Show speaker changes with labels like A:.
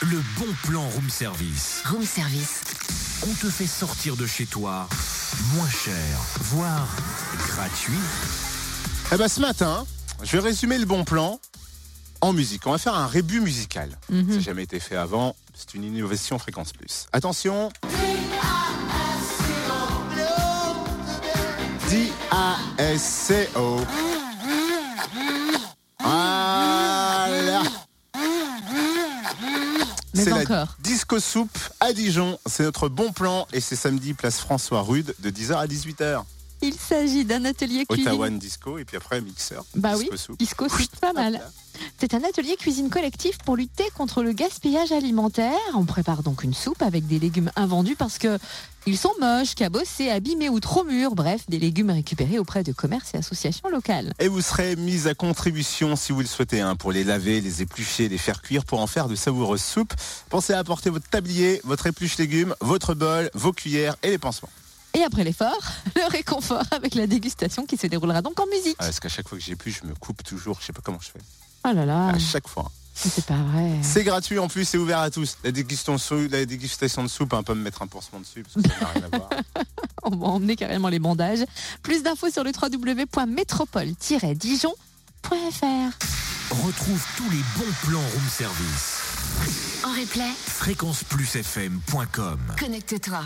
A: Le bon plan room service.
B: Room service.
A: On te fait sortir de chez toi moins cher, voire gratuit.
C: Eh ben, ce matin, je vais résumer le bon plan en musique. On va faire un rébut musical.
D: Mhm.
C: Ça n'a jamais été fait avant. C'est une innovation Fréquence Plus. Attention. D-A-S-C-O. Voilà.
D: Mais
C: C'est la
D: encore.
C: disco soupe à Dijon. C'est notre bon plan et c'est samedi, place François Rude, de 10h à 18h.
D: Il s'agit d'un atelier
C: Ottawa
D: cuisine.
C: Disco et puis après mixeur.
D: Bah
C: disco
D: oui, Ah,
C: soupe.
D: disco, c'est pas mal. C'est un atelier cuisine collectif pour lutter contre le gaspillage alimentaire. On prépare donc une soupe avec des légumes invendus parce que ils sont moches, cabossés, abîmés ou trop mûrs. Bref, des légumes récupérés auprès de commerces et associations locales.
C: Et vous serez mis à contribution si vous le souhaitez, hein, pour les laver, les éplucher, les faire cuire, pour en faire de savoureuses soupes. Pensez à apporter votre tablier, votre épluche légumes, votre bol, vos cuillères et les pansements.
D: Et après l'effort, le réconfort avec la dégustation qui se déroulera donc en musique.
C: Ah, parce qu'à chaque fois que j'épluche, je me coupe toujours. Je sais pas comment je fais.
D: Oh là là,
C: À chaque fois.
D: c'est pas vrai.
C: C'est gratuit en plus, c'est ouvert à tous. La dégustation, de sou- la dégustation de soupe, hein, pas me mettre un pansement dessus parce que ça n'a rien à voir.
D: On va emmener carrément les bandages. Plus d'infos sur le www.métropole-dijon.fr.
A: Retrouve tous les bons plans room service.
B: En replay,
A: Fréquenceplusfm.com
B: connecte-toi.